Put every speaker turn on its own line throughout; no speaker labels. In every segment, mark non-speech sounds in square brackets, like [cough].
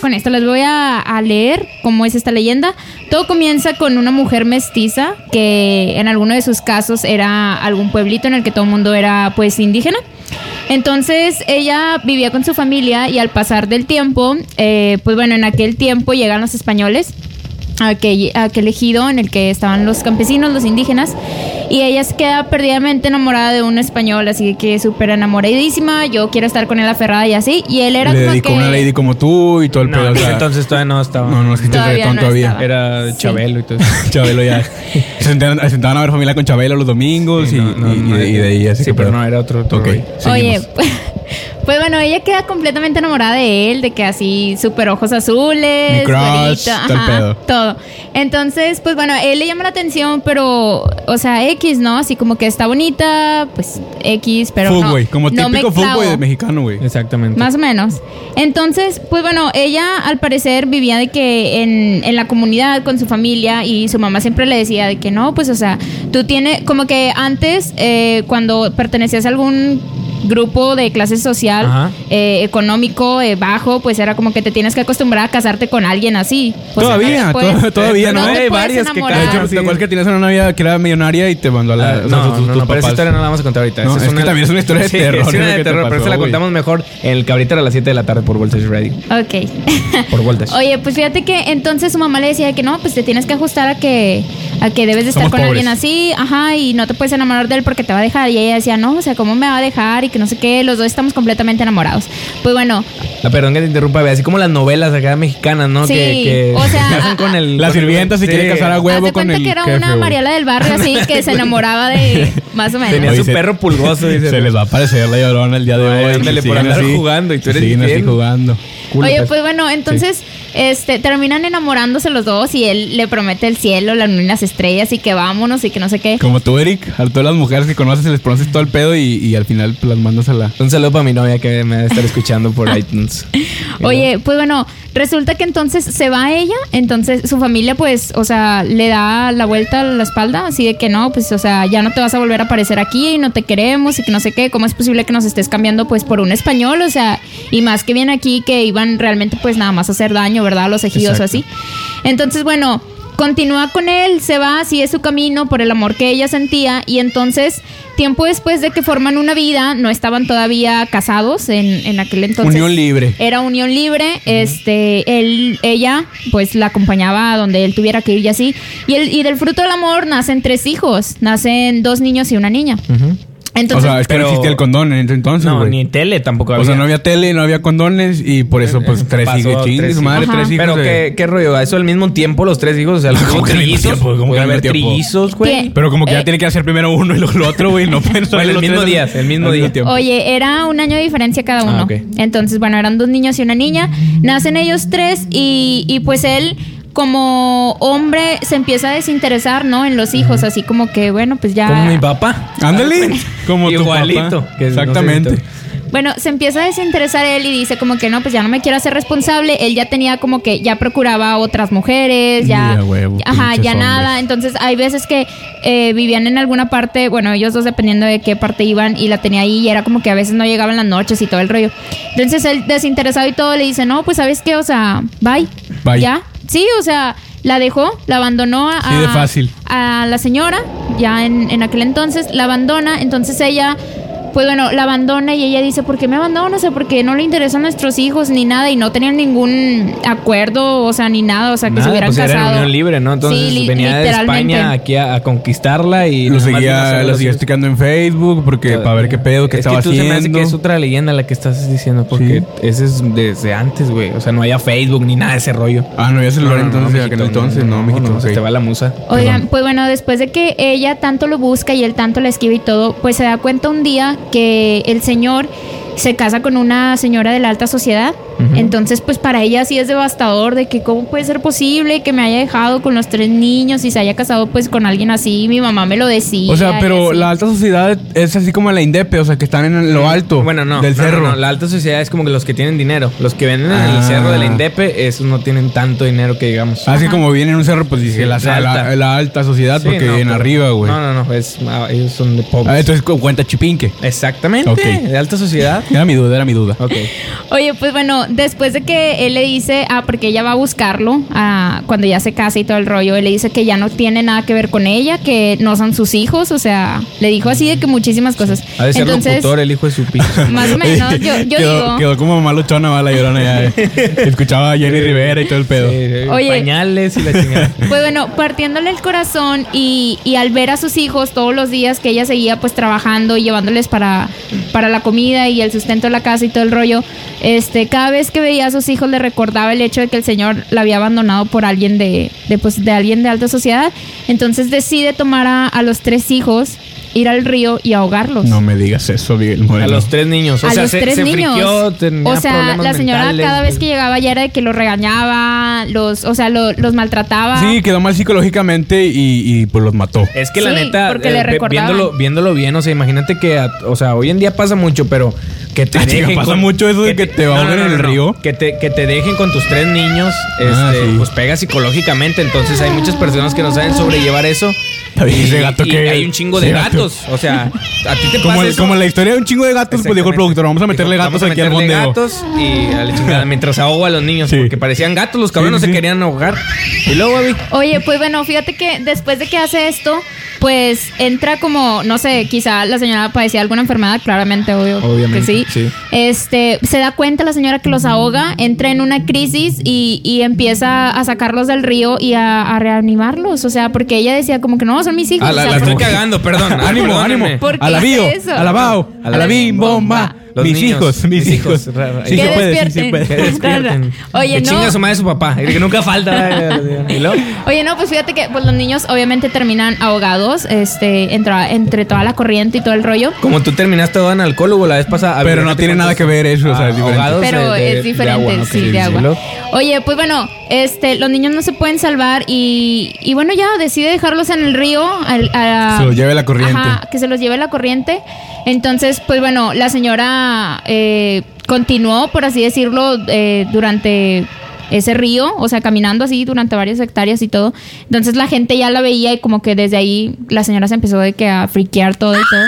con esto, les voy a, a leer cómo es esta leyenda. Todo comienza con una mujer mestiza que en alguno de sus casos era algún pueblito en el que todo el mundo era pues indígena. Entonces ella vivía con su familia y al pasar del tiempo, eh, pues bueno, en aquel tiempo llegan los españoles a aquel, a aquel ejido en el que estaban los campesinos, los indígenas, y ella se queda perdidamente enamorada de un español, así que súper enamoradísima, yo quiero estar con él aferrada y así, y él era
Le
como
dedicó
que...
una lady como tú y todo el
No,
pedo. o
en ese
sea,
entonces todavía no estaba.
no, no existe el
Todavía
reggaetón
no
todavía.
estaba.
Era
Sí.
Chabelo y
[laughs]
todo eso.
[laughs]
Chabelo ya. Se sentaban, se sentaban a ver familia con Chabelo los domingos
Sí,
y,
no, no,
y- y
no,
de- y de ahí así.
sí,
que
pero
pedo.
no, era otro- otro
Ok,
rollo.
Oye,
seguimos.
pues, [laughs] pues bueno, ella queda completamente enamorada de él, de que así súper ojos azules,
Mi crush,
güerito,
todo el pedo.
todo. Entonces, pues bueno, él le llama la atención, pero, o sea, X, ¿no? Así como que está bonita, pues X, pero
Full,
no,
güey, como
no me
típico full, güey,
clavo.
de mexicano, güey.
Exactamente.
Más o menos. Entonces, pues bueno, ella al parecer vivía de que en, en la comunidad con su familia y su mamá siempre le decía de que no, pues o sea, tú tienes, como que antes eh, cuando pertenecías a algún grupo de clase social,
Ajá.
eh, económico, eh, bajo, pues era como que te tienes que acostumbrar a casarte con alguien así. Pues,
Todavía,
no te puedes-
to- todavía, ¿no?
te
Hay
puedes
varias que
enamorar.
De
cagan.
hecho,
sí.
¿te acuerdas que tenías una novia que era millonaria y te mandó a la.
Ah,
o sea,
no,
tus- tus
no, no, pero esa
papás?
historia no la vamos a contar ahorita.
No,
Esa
es que también es una historia de terror,
[laughs] Sí, es
es
una
lo
de
que te
terror, pero
pasó,
esa la
güey.
contamos mejor en el cabrito a las 7 de la tarde por Voltage Radio.
Ok.
Por Voltage.
Oye, pues fíjate que entonces su mamá le decía que no, pues te tienes que ajustar a que a que debes de estar
Somos
con alguien
pobres.
así, ajá, y no te puedes enamorar de él porque te va a dejar. Y ella decía, no, o sea, ¿cómo me va a dejar? Y que no sé qué, los dos estamos completamente enamorados. Pues bueno,
La perdón que te interrumpa, ve, así como las novelas acá mexicanas, ¿no?
Sí,
que, que
o sea,
[laughs] se casan con el,
La
con el-
sirvienta se
sí.
quiere casar a
haz
huevo
de
con
cuenta
el.
que era
jefe,
una
güey.
Mariela del barrio
[laughs]
así que se enamoraba de más o
Tenía
menos.
Oye,
su
se-
perro
[laughs]
pulgoso. dice.
Se les va a aparecer la llorona el día de
Ay,
hoy.
ándale,
que
por
siguen
andar jugando y tú
que
eres
Siguen así
infiel.
jugando.
Culo,
Oye,
pues.
pues bueno, entonces este terminan enamorándose los dos y él le promete el cielo, la luna y las estrellas y que vámonos y que no sé qué.
Como tú, Eric, a todas las mujeres que conoces se les pronuncias todo el pedo y, y al final pues, las mandas a la.
Un saludo para mi novia que me va a estar escuchando
[laughs]
por iTunes.
Oye, pues bueno, resulta que entonces se va ella, entonces su familia pues, o sea, le da la vuelta a la espalda, así de que no, pues, o sea, ya no te vas a volver a aparecer aquí y no te queremos y que no sé qué, ¿cómo es posible que nos estés cambiando pues por un español? O sea, y más que bien aquí que iban realmente pues nada más a hacer daño, ¿verdad? A los ejidos o así.
Exacto.
Entonces, bueno, continúa con él, se va, sigue su camino por el amor que ella sentía y entonces, tiempo después de que forman una vida, no estaban todavía casados en, en aquel entonces. eh,
Unión libre.
Era unión libre, este, él, ella, pues la acompañaba a donde él tuviera que ir y así. Y, el, y del fruto del amor nacen tres hijos, nacen dos niños y una niña.
Ujú.
Entonces,
o sea, es que
pero-
no existía el condón en ese entonces.
No,
güey.
ni tele tampoco había.
O sea, no había tele, no había condones y por eso, pues, tres
Eh, Pasó
hijos. Chingue
tres
su madre,
hijos.
tres
Ajá.
hijos.
Pero
de-
qué, qué rollo, ¿a eso al mismo tiempo los tres hijos? O sea, los
¿Cómo que al mismo
trillizos.
tiempo? ¿Cómo que
Puede
al
haber
mismo tiempo?
trillizos, güey.
¿Qué?
Pero como que
Eh.
ya tiene que hacer primero uno y luego el otro, güey. No
[laughs]
pueden salir
el
los
mismo
tres
día,
al-
el mismo
al
día.
tiempo.
Oye, era un año de diferencia cada uno.
Ah, ok.
Entonces, bueno, eran dos niños y una niña. Nacen ellos tres y, y, pues él como hombre se empieza a desinteresar, ¿no? En los hijos, así como que, bueno, pues ya...
Como mi papá.
Ándale, como tu
Igualito.
papá.
que no sé si
Exactamente.
te-
Bueno, se empieza a desinteresar él y dice como que no, pues ya no me quiero hacer responsable. Él ya tenía como que ya procuraba a otras mujeres, ya...
Mira, huevo,
ajá,
pinches
ya nada.
hombres.
Entonces hay veces que eh, vivían en alguna parte, bueno, ellos dos dependiendo de qué parte iban y la tenía ahí y era como que a veces no llegaban las noches y todo el rollo. Entonces él desinteresado y todo le dice, no, pues sabes qué, o sea, bye.
Bye.
Ya. Sí, o sea, la dejó, la abandonó a,
Sí, de fácil.
a la señora, ya en, en aquel entonces, la abandona, entonces ella... Pues bueno, la abandona y ella dice, ¿por qué me abandona? O sea, porque no le interesan nuestros hijos ni nada y no tenían ningún acuerdo, o sea, ni nada, o sea, que se
Nada,
hubieran
pues
casado.
era en unión libre, ¿no? Entonces
Sí, li-
venía de
literalmente.
España aquí a, a conquistarla y...
Lo
nada más vino a
seguía,
hacer
lo
los
seguía
hijos.
esticando en Facebook porque para ver qué pedo, qué
es
estaba
que tú
haciendo.
Se me hace que es otra leyenda la que estás diciendo porque
Sí.
ese es desde antes, güey. O sea, no había Facebook ni nada de ese rollo.
Ah, no, ya se lo
No, no, no,
entonces, ya que
mijito,
no, entonces, no, mijito,
se
ok.
te va la musa.
Oigan, pues bueno, después de que ella tanto lo busca y él tanto la esquiva y todo, pues se da cuenta un día que el señor se casa con una señora de la alta sociedad.
Ujú.
Entonces, pues para ella sí es devastador de que cómo puede ser posible que me haya dejado con los tres niños y se haya casado pues con alguien así. Mi mamá me lo decía.
O sea,
y
pero
así.
la alta sociedad es así como la indepe, o sea, que están en lo alto
Bueno, no.
del
no,
cerro.
no, no, La alta sociedad es como que los que tienen dinero. Los que venden en
Ah.
el cerro de la Indepe, esos no tienen tanto dinero que digamos.
Así
Ajá.
Ah, como viene en un cerro, pues dice
Sí,
la,
la
la-
alta.
la alta sociedad
Sí,
porque
no,
viene
pero-
arriba, güey.
No, no, no. Es, ah, ellos son de pobres.
Ah, entonces cu- cuenta Chipinque.
Exactamente.
Ok. [laughs]
De alta sociedad.
Era mi duda, era mi duda.
Ok.
Oye, pues bueno, después de que él le dice, ah, porque ella va a buscarlo, ah, cuando ya se casa y todo el rollo, él le dice que ya no tiene nada que ver con ella, que no son sus hijos, o sea, le dijo así de que muchísimas cosas.
Ha de ser locutor, ¿eh? el hijo de su piso.
más
[laughs]
o menos, yo, yo
[laughs] quedó,
digo...
quedó como mamá luchona, va, la llorona ya.
[laughs]
eh. Escuchaba a Jenny Rivera y todo el [laughs] pedo.
Oye.
Pañales y la
[laughs]
chingada.
Pues bueno, partiéndole el corazón y, y al ver a sus hijos todos los días que ella seguía pues trabajando y llevándoles para, para la comida y el sustento de la casa y todo el rollo, este, cada vez que veía a sus hijos le recordaba el hecho de que el señor la había abandonado por alguien de, de, pues, de alguien de alta sociedad. Entonces decide tomar a, a los tres hijos, ir al río y ahogarlos.
No me digas eso, Miguel Moreno.
A los tres niños. O
a
sea,
los
se,
tres
se
niños.
friqueó, tenía
o sea,
problemas
la señora
mentales. eh.
cada vez que llegaba ya era de que los regañaba, los, o sea, lo- los maltrataba.
Sí, quedó mal psicológicamente y, y, pues los mató.
Es que la
Sí,
neta, eh,
porque le
ve-
recordaban.
viéndolo, viéndolo bien, o sea, imagínate que, a- o sea, hoy en día pasa mucho, pero que te
Ah,
dejen.
chica, pasa mucho eso de que te ahogan en el río.
Que te, que te dejen con tus tres niños,
Ah,
este,
sí.
pues pega psicológicamente. Entonces hay muchas personas que no saben sobrellevar eso.
Ay, [laughs] ese gato
y
que-
hay un chingo de
ese gato.
gatos. O sea, a ti te pasa
Como, el-
eso.
como la historia de un chingo de gatos, pues dijo el
Exactamente.
productor, vamos a meterle
Dijo,
gatos
"Vamos a
aquí al
meterle
fondeo.
gatos y a la
[laughs]
chingada, mientras ahogo a los niños,
Sí.
porque parecían gatos, los cabrones
Sí,
no
sí.
se querían ahogar. Y luego, Abby,
Oye, pues bueno, fíjate que después de que hace esto, pues entra como, no sé, quizá la señora padecía alguna enfermedad, claramente, obvio. que
Obviamente,
sí.
sí.
Este, se da cuenta la señora que los ahoga, entra en una crisis y, y empieza a sacarlos del río y a, a reanimarlos. O sea, porque ella decía como que no, son mis hijos.
Ah,
o
la,
sea,
[laughs] la estoy
porque-
cagando,
[laughs]
[laughs] perdón. Ah,
ánimo,
perdónenme.
ánimo.
¿Por qué
A la
hace
bio,
eso?
a la bao, a la bim, bomba.
Los
mis
niños,
hijos, mis
mis
hijos.
hijos, raro.
Sí
que
se puede, sí se
despierten. [laughs]
puede.
Que despierten.
Oye,
que
no.
chinga a su madre su papá. Y que
[laughs]
nunca falta. Y luego,
Oye, no, pues fíjate que pues, los niños obviamente terminan ahogados, este, entra- entre toda la corriente y todo el rollo.
Como tú terminaste en alcohólogo la vez pasada. a
Pero
ver,
no
¿te
tiene
cuentas?
nada que ver eso, o sea, es diferente.
ahogados
Pero
de- de-
es diferente,
de agua,
sí,
ok,
de
y
agua.
luego-
Oye, pues bueno, este, los niños no se pueden salvar y, y bueno, ya decide dejarlos en el río. al- a-
Se los lleve la corriente.
Ajá, que se los lleve la corriente. Entonces, pues bueno, la señora eh, continuó, por así decirlo, eh, durante ese río, o sea, caminando así durante varias hectáreas y todo. Entonces la gente ya la veía y como que desde ahí la señora se empezó de que a friquear todo y todo.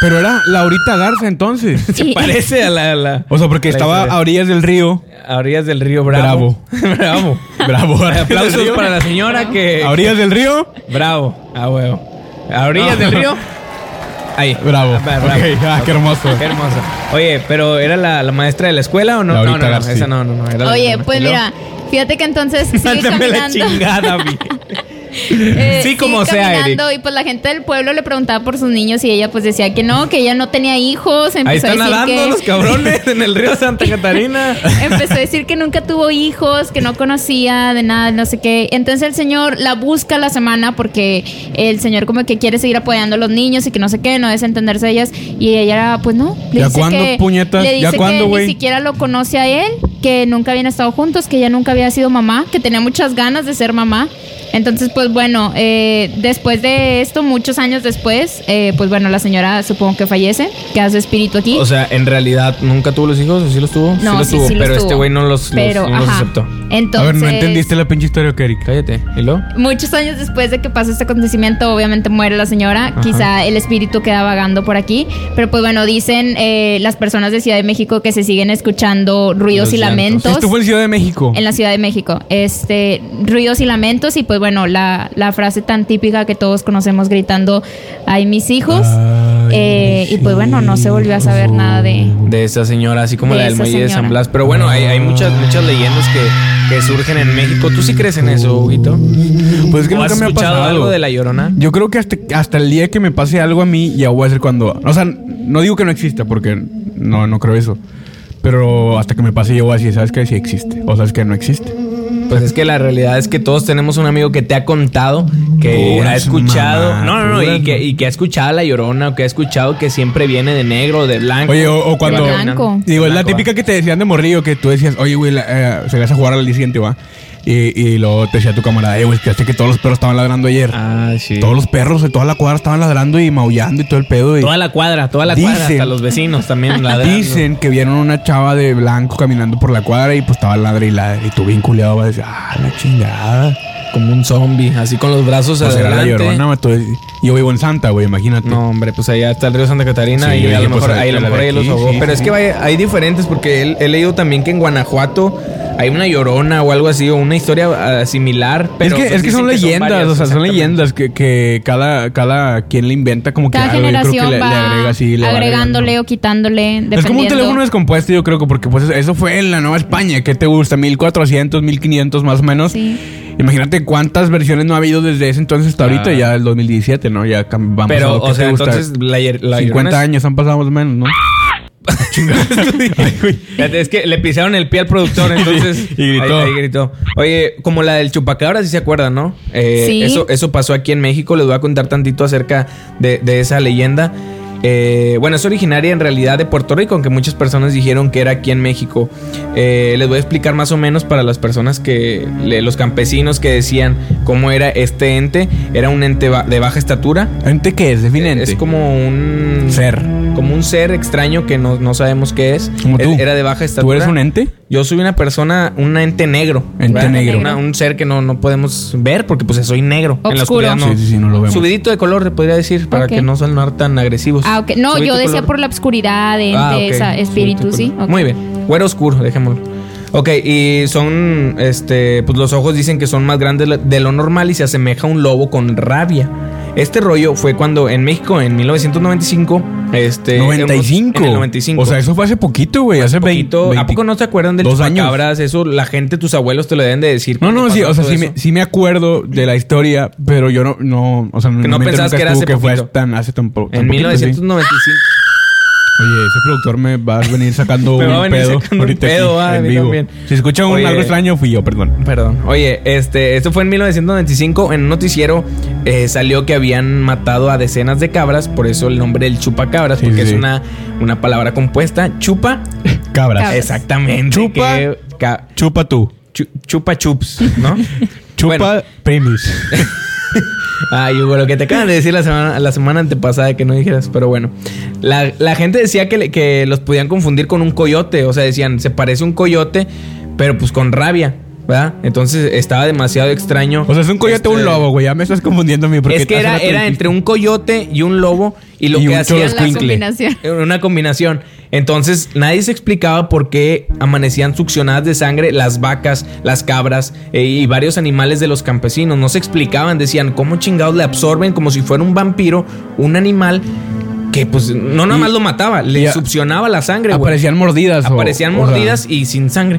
Pero era Laurita Garza entonces.
Se
Y-
parece a la. a la-
O sea, porque
la
estaba
historia.
a orillas del río.
a orillas del río Bravo. [laughs] Bravo.
Bravo.
Aplausos para la señora que.
A orillas del río.
Bravo. A huevo. A
No.
orillas
[laughs]
del río. Ahí.
Bravo.
Ah, bravo.
Ok, ah, qué hermoso.
Qué hermoso. Oye, pero ¿era la, la maestra de la escuela o no?
Laurita
no, no, no,
García.
esa no, no, no. Era la-
Oye,
no, no.
pues
Y luego-
mira, fíjate que entonces
[laughs]
sigue
Mándame la
caminando. [laughs]
chingada, vi.
Eh,
Sí,
sigue
como sea,
caminando, Y pues la gente del pueblo le preguntaba por sus niños y ella pues decía que no, que ella no tenía hijos. Empezó
Ahí están
a decir
nadando
que,
los cabrones en el río Santa Catarina.
[laughs] Empezó a decir que nunca tuvo hijos, que no conocía de nada, no sé qué. Entonces el señor la busca a la semana porque el señor como que quiere seguir apoyando a los niños y que no sé qué, no desentenderse de ellas. Y ella, pues no.
¿Ya cuándo, puñetas?
Le dice
¿Ya cuándo,
que
güey?
ni siquiera lo conoce a él, que nunca habían estado juntos, que ella nunca había sido mamá, que tenía muchas ganas de ser mamá. Entonces, pues bueno, eh, después de esto, muchos años después, eh, pues bueno, la señora supongo que fallece, queda su espíritu aquí.
[laughs] O sea, en realidad nunca tuvo los hijos, o sí los tuvo.
no, sí,
los
sí,
tuvo,
los
pero este
tuvo.
güey no los, los-
Pero,
no los
ajá.
aceptó.
Entonces,
A ver, no entendiste la pinche historia, Kerry.
Cállate, ¿y luego?
Muchos años después de que pasó este acontecimiento, obviamente muere la señora.
Ajá.
Quizá el espíritu queda vagando por aquí. Pero pues bueno, dicen eh, las personas de Ciudad de México que se siguen escuchando ruidos
Los
y
llantos.
lamentos.
Esto fue en Ciudad de México.
En la Ciudad de México. Este, ruidos y lamentos. Y pues bueno, la, la frase tan típica que todos conocemos gritando, ay mis hijos.
Ay,
Eh, y pues bueno, no se volvió a saber nada de...
De esa señora, así como
De
la del
esa
muelle de San
señora.
Blas. Pero bueno, hay, hay muchas, muchas leyendas que, que surgen en México. ¿Tú sí crees en eso, Huguito?
Pues es que
¿O
nunca
has
me ha
escuchado
pasado
algo de la llorona?
Yo creo que hasta, hasta el día que me pase algo a mí, ya voy a ser cuando. O sea, no digo que no exista, porque no, no creo eso. Pero hasta que me pase, yo voy a decir, ¿sabes que Sí existe. O sabes que no existe.
Pues es que la realidad es que todos tenemos un amigo que te ha contado, que
Puras
ha escuchado.
mamadas,
no, no, no,
puras
y que,
mam-
y que ha escuchado a la llorona, o que ha escuchado que siempre viene de negro, de blanco.
Oye, o, o cuando.
De blanco.
Digo, es la
Blanco,
típica que te decían de morrillo, que tú decías, oye, güey, la- eh, se vas a jugar al día siguiente, va. Y, y luego te decía tu camarada, eh, güey, fíjate que todos los perros estaban ladrando ayer.
Ah, sí.
Todos los perros de toda la cuadra estaban ladrando y maullando y todo el pedo. Y
Toda la cuadra, toda la cuadra,
Dicen-
hasta los
[laughs]
vecinos también ladrando.
Dicen que vieron una chava de blanco caminando por la cuadra y pues estaba ladre y ladre. Y tu vinculado va a decir, ah, la chingada.
como un zombie, así con los brazos
Pues era la
adelante.
llorona, vato. y- Yo vivo en Santa, güey, imagínate.
No, hombre, pues allá está el río Santa Catarina
Sí,
y a
oye,
lo
pues,
mejor,
ahí
ahí, a lo
la de
mejor ahí los
aquí,
ahogó.
sí,
Pero es
sí.
que hay, hay diferentes porque he, he leído también que en Guanajuato hay una llorona o algo así, o una historia ah, similar. Pero
es que,
pues
es que
dicen
son leyendas,
varias,
o sea, son
exactamente.
leyendas que, que cada, cada quien le inventa como que
Cada
algo, yo creo que
generación
le- le
va
agrega así, le va
agregándole o quitándole.
Es como un
dependiendo.
teléfono descompuesto, yo creo que porque pues eso fue en la Nueva España, que te gusta? 1400, 1500 más o menos.
Sí.
Imagínate cuántas versiones no ha habido desde ese entonces hasta ahorita,
Ah.
ya el 2017, ¿no? Ya cam- van
Pero,
pasado, ¿qué
o sea,
te gusta?
entonces la, hier- la
50
llorona es-
años han pasado más o
[laughs]
menos, ¿no? Ay, güey.
Es que le pisaron el pie
[laughs]
al productor, entonces.
Y gritó.
Ahí, ahí gritó. Oye, como la del chupacabra, si se acuerdan, ¿no? Eh,
Sí.
Eso, eso pasó aquí en México. Les voy a contar tantito acerca de, de esa leyenda. Eh, bueno, es originaria en realidad de Puerto Rico, aunque muchas personas dijeron que era aquí en México. Eh, les voy a explicar más o menos para las personas que, le- los campesinos que decían cómo era este ente. Era un ente ba- de baja estatura,
¿Ente qué es? Define ente.
es como un
Ser.
Como un ser extraño que no, no sabemos qué es.
Como tú.
E- Era de baja
¿Tú
estatura.
eres un ente?
Yo soy una persona, un ente negro.
Ente
¿verdad?
negro.
Una- un ser que no, no podemos ver porque pues soy negro. En la
Oscuro.
oscuridad no. eh,
Sí, sí, sí, no lo vemos.
Subidito de color, te podría decir, para
Ok.
que no sonar tan
Pues,
agresivos.
Ah, ok. No, yo decía por la oscuridad, ente,
Ah,
Ah,
esa- espíritu, sí. ok.
Muy bien. Güero oscuro, dejémoslo. Ok, y son, este, pues los ojos dicen que son más grandes de lo normal y se asemeja a un lobo con rabia. Este rollo fue cuando en México, en 1995, este...
95.
En el 95.
O sea, eso fue hace poquito, güey. Hace
poquito.
20,
¿A poco no te acuerdan del
dos años.
chupacabras? Eso la gente, tus abuelos te lo deben de decir.
No, no,
cuando
sí,
pasó
o sea,
todo
sí
eso.
me, sí me acuerdo de la historia, pero yo no, no o sea,
Que no
me
pensabas
nunca
que era hace
estuvo que fue
poquito.
tan, hace tan, po- tan
En
poquito, sí.
1995.
Oye, ese productor me va a venir sacando
[laughs] Me
un
va a venir
pedo
sacando un
ahorita
pedo,
aquí,
ah, a
en
mí
vivo.
también.
Si escuchan un
Oye.
algo extraño, fui yo, perdón.
Perdón. Oye, este, esto fue en 1995. En un noticiero eh, salió que habían matado a decenas de cabras, por eso el nombre del chupacabras,
Sí,
porque
sí.
es una, una palabra compuesta. Chupa.
Cabras.
Cabras.
Exactamente.
Chupa.
que- ca-
Chupa tú.
chu- chupa chups, ¿no?
[laughs] Chupa
Bueno.
primis.
Ay, Hugo, lo que te acaban de decir la semana, la semana antepasada que no dijeras, pero bueno. La, la gente decía que, le- que los podían confundir con un coyote, o sea, decían, se parece un coyote, pero pues con rabia, ¿verdad? Entonces estaba demasiado extraño.
[laughs] O sea, es un coyote o un
Este,
lobo, güey. Ya me estás confundiendo a mí. Porque
es que
hace
era,
rato
era
dijiste-
entre un coyote y un lobo y lo
Y
que
un
hacían
Era la
escuincle.
combinación.
era una combinación. Entonces, nadie se explicaba por qué amanecían succionadas de sangre las vacas, las cabras eh, y varios animales de los campesinos. No se explicaban, decían cómo chingados le absorben como si fuera un vampiro, un animal que pues no nada
Y-
más lo mataba, le
y a-
succionaba la sangre, güey.
Aparecían mordidas. o-
Aparecían
o sea,
mordidas y sin sangre.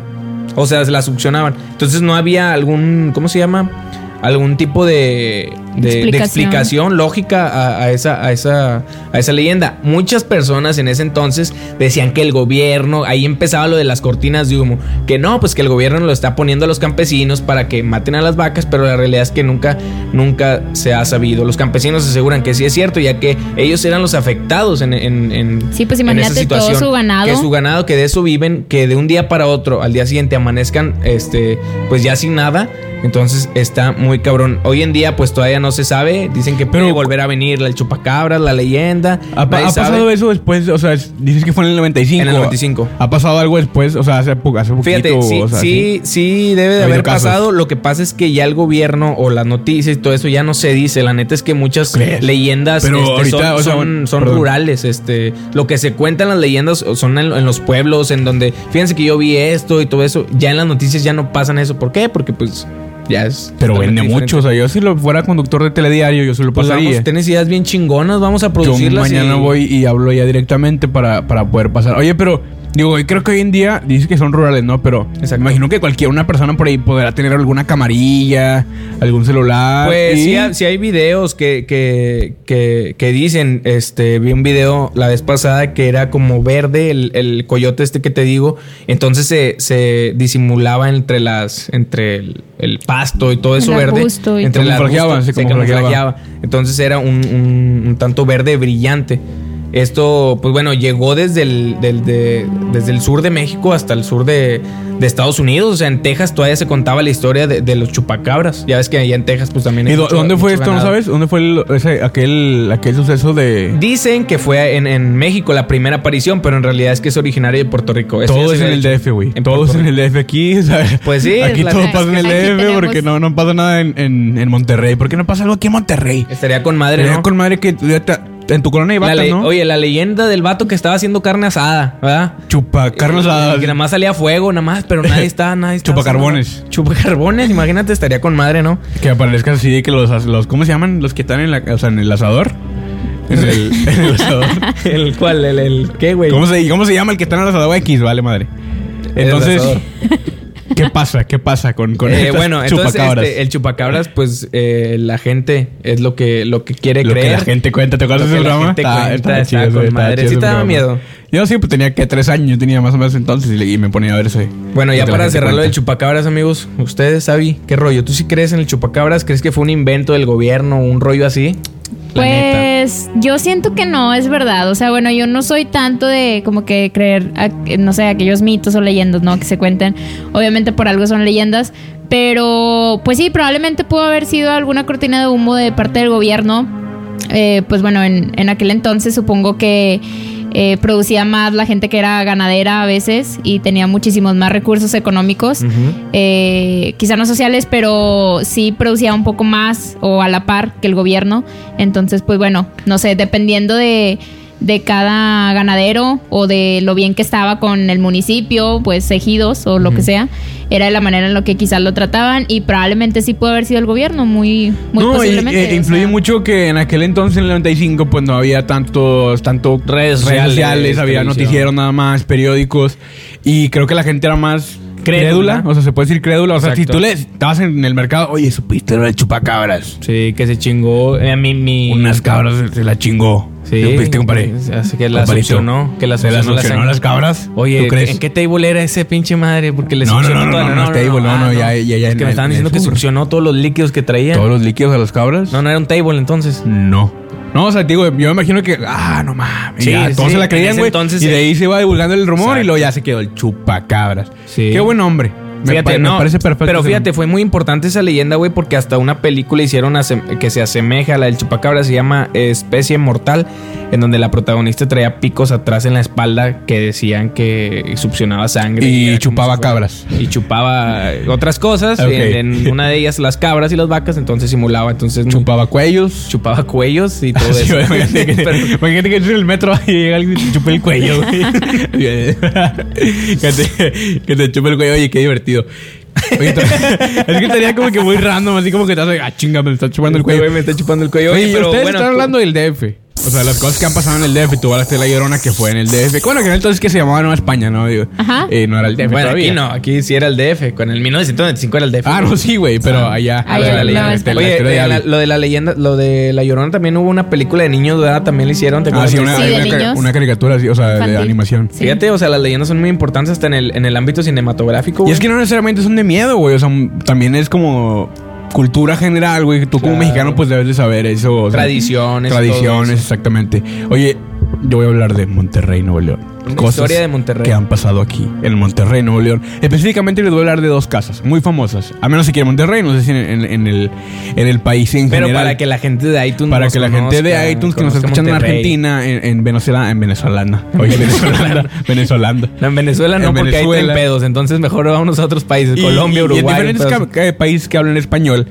O sea, se las succionaban. Entonces no había algún, ¿cómo se llama? Algún tipo de, de- de
Explicación.
explicación. lógica a, a esa, a, esa, a esa leyenda. Muchas personas en ese entonces decían que el gobierno, ahí empezaba lo de las cortinas de humo, que no, pues que el gobierno lo está poniendo a los campesinos para que maten a las vacas, pero la realidad es que nunca, nunca se ha sabido. Los campesinos aseguran que sí es cierto, ya que ellos eran los afectados en... en- en-
Sí, pues
en esa
imagínate todo
situación.
su ganado.
Que su ganado, que de eso viven, que de un día para otro, al día siguiente amanezcan, este, pues ya sin nada. Entonces está muy cabrón. Hoy en día, pues todavía no se sabe. Dicen que
Pero-
puede volver a venir la chupacabra, la leyenda.
¿Ha,
Nadie
ha
sabe.
pasado eso después? O sea, es- dices que fue en el 95.
En el 95.
¿Ha pasado algo después? O sea, hace, po- hace poquito.
Fíjate, sí,
o sea,
sí, sí debe de
Ha habido
haber
casos.
pasado. Lo que pasa es que ya el gobierno o las noticias y todo eso ya no se dice. La neta es que muchas
¿Crees?
leyendas
Pero
este,
ahorita,
son,
o sea,
son- son
perdón.
rurales. Este, lo que se cuentan las leyendas son en, en los pueblos, en donde, fíjense que yo vi esto y todo eso. Ya en las noticias ya no pasan eso. ¿Por qué? Porque pues ya es.
Pero
totalmente
vende mucho. O
diferente.
sea, yo si lo fuera conductor de telediario, yo se lo
Pues
pasaría.
vamos, tienes ideas bien chingonas, vamos a
Yo
producirlas.
mañana
y-
voy y hablo ya directamente para, para poder pasar. Oye, pero digo, yo creo que hoy en día dices que son rurales, ¿no? Pero
Exacto.
me imagino que cualquier una persona por ahí podrá tener alguna camarilla, algún celular.
Pues
y-
sí, ha- sí hay videos que, que, que, que dicen, este, vi un video la vez pasada que era como verde el, el coyote este que te digo, entonces se, se disimulaba entre las, entre el, el pasto y todo eso
El
verde,
arbusto y
entre
todo.
el arbusto,
Camuflajeaba, se
se
camuflajeaba.
camuflajeaba. entonces era un, un- un tanto verde brillante. Esto, pues bueno, llegó desde el, del- de- desde el sur de México hasta el sur de, de Estados Unidos. O sea, en Texas todavía se contaba la historia de, de los chupacabras. Ya ves que allá en Texas, pues también.
¿Y
hay
dó-
mucho-
dónde fue
mucho
esto? ¿No
ganado.
sabes? ¿Dónde fue el- ese- aquel, aquel suceso de...?
Dicen que fue en, en México la primera aparición, pero en realidad es que es originario de Puerto Rico. Eso ya
Todo
se
es en
había
el
hecho
DF, güey. Todo
Puerto
es en el DF aquí, [laughs] ¿sabes?
Pues sí,
Aquí
es la-
todo pasa en el
Aquí
DF
tenemos-
porque no, no pasa nada en, en, en Monterrey. ¿Por qué no pasa algo aquí en Monterrey?
Rico. Estaría con madre,
Sería
¿no?
con madre que ya te- en tu colonia hay
La
batas,
le-
¿no?
Oye, la leyenda del vato que estaba haciendo carne asada, ¿verdad? eh,
Chupa, Carlos
Y que nada
Adams.
más salía fuego, nada más, pero
[laughs]
nadie está, nadie está.
Chupacarbones.
haciendo- Chupacarbones, imagínate, estaría con
[laughs]
madre, ¿no?
Que aparezca así de que los, as- los... ¿Cómo se llaman? Los que están en, la, o sea, en el asador. En
[laughs]
el, en el asador.
¿El cuál? ¿El, el qué, güey? Eh,
¿Cómo se, cómo se llama el que está en el asador X? Vale, madre.
El
Entonces,
asador.
¿qué pasa? ¿Qué pasa con, con
Eh,
estas
bueno, entonces
chupacabras?
este, el chupacabras, pues eh, la gente es lo que, lo que quiere
lo
creer.
que la gente cuenta, ¿te acuerdas
Lo
de ese
que la
programa?
gente cuenta, está
chido,
con
estaba
madre.
chido
Sí
ese
te daba
programa.
miedo.
Yo sí, pues tenía que tres años, yo tenía más o menos entonces y, le- y me ponía a ver ese.
Bueno,
lo
ya
que la
para
gente
cerrar lo del
cuenta.
chupacabras, amigos, ustedes, Sabi, ¿qué rollo? ¿Tú sí crees en el chupacabras? ¿Crees que fue un invento del gobierno, un rollo así? La neta.
Pues yo siento que no es verdad. O sea, bueno, yo no soy tanto de como que creer, a- no sé, aquellos mitos o leyendas, ¿no? Que se cuentan. Obviamente por algo son leyendas. Pero, pues sí, probablemente pudo haber sido alguna cortina de humo de parte del gobierno. Eh, pues bueno, en, en aquel entonces supongo que eh, producía más la gente que era ganadera a veces y tenía muchísimos más recursos económicos
Ujú.
eh, quizá no sociales, pero sí producía un poco más o a la par que el gobierno. Entonces, pues bueno, no sé, dependiendo de, de cada ganadero o de lo bien que estaba con el municipio, pues ejidos o lo que sea, era de la manera en la que quizás lo trataban y probablemente sí pudo haber sido el gobierno, muy, muy
no, y-
posiblemente.
eh,
o
influye
sea.
mucho que en aquel entonces, en el 95, pues no había tantos, tanto
Redes sociales,
había
televisión.
noticieros nada más, periódicos. Y creo que la gente era más
Crédula.
crédula. O sea, se puede decir crédula. O sea,
Exacto.
si tú le estabas en el mercado, oye, supiste lo de chupacabras.
Sí, que se chingó. eh, a mí, mi.
Unas cabras se, se la chingó. pues,
Sí.
¿Supiste, compadre?
Así que la
Compadrito.
succionó. Que la
¿Se la
succionó la
succionó
sangre.
las cabras?
Oye,
¿tú crees?
¿en qué table era ese pinche madre? Porque le
No, no,
succionó
no, no,
todo-
no, no, es table, no,
ah,
no, ya- ya- ya
Es
en
que
el-
me estaban
en el
diciendo que
sur.
succionó todos los líquidos que traía.
¿Todos los líquidos a las cabras?
No, no era un table entonces.
No. No, o sea, te digo, yo me imagino que, ah, no mames.
Sí,
ya, todos
sí,
se la
en
creían,
ese
güey.
entonces,
Y de
eh.
ahí se iba divulgando el rumor
Exacto.
y luego ya se quedó el chupacabras.
Sí.
Qué buen hombre. Me,
Fíjate,
pa- me
no,
parece perfecto.
Pero
ese
fíjate,
nombre.
fue muy importante esa leyenda, güey, porque hasta una película hicieron asem- que se asemeja a la del chupacabra, se llama eh, Especie Mortal, en donde la protagonista traía picos atrás en la espalda que decían que succionaba sangre.
Y
era como
chupaba
si fuera-
cabras.
Y chupaba eh, otras cosas,
Ok.
en, en una de ellas las cabras y las vacas, entonces simulaba, entonces
Chupaba
[laughs]
cuellos.
chupaba cuellos y todo
[laughs] Sí,
eso.
güey, imagínate que,
[laughs] Pero-
imagínate que estás en el metro y llega alguien y te chupa el cuello,
[laughs]
güey. [laughs] que, te, que te chupa el cuello, oye, qué divertido. Oye, t- [laughs] es que estaría como que muy random, así como que estás, ah, chinga, me está chupando el
Este
cuello.
güey me está chupando el cuello.
Oye,
Oye,
y
pero
ustedes
bueno,
están
tú-
hablando del DF. O sea, las cosas que han pasado en el DF. Tú hablaste de la llorona que fue en el DF. Bueno, que en el entonces que se llamaba Nueva España, ¿no? Digo,
Ajá.
eh, no era el DF
Bueno,
todavía.
aquí no, aquí sí era el DF, con el 1995 era el DF.
Ah, no, sí, güey, pero allá.
Ahí
o sea,
en Nueva
la leyenda,
España.
la
Oye,
historia de
eh, la-
Abel.
lo de la leyenda, lo de La Llorona también hubo una película de niños, ¿verdad? También la hicieron, ¿te
Ah,
acuerdas?
sí, una,
Sí, de
una cari-
niños.
una caricatura, sí, o sea,
Infantil.
de animación.
Sí.
Fíjate, o sea, las leyendas son muy importantes hasta en el, en el ámbito
Y
cinematográfico. güey.
es que no necesariamente son de miedo, güey. O sea, m- también es como cultura general, güey. Tú como
Claro.
mexicano, pues debes de saber eso. o sea,
Tradiciones, todo eso.
Tradiciones, exactamente. Oye, yo voy a hablar de Monterrey, Nuevo León.
Una historia de Monterrey.
que han pasado aquí, en Monterrey, Nuevo León. Específicamente les voy a hablar de dos casas muy famosas. A menos si quieren Monterrey, no sé si en, en- en el, en el país en
Pero
general.
para que la gente de iTunes
Para
nos
que la gente
conozca,
de iTunes que nos
conozca
está escuchando en
Monterrey.
Argentina, en, en Venezuela, en Venezolana. Oye,
[laughs]
Venezolana, Venezolanda.
No, en Venezuela no,
En
porque ahí
Venezuela.
están pedos. Entonces mejor vamos a otros países, Colombia,
y-
Uruguay.
Y en diferentes
pedos.
ca- ca- países que hablan español.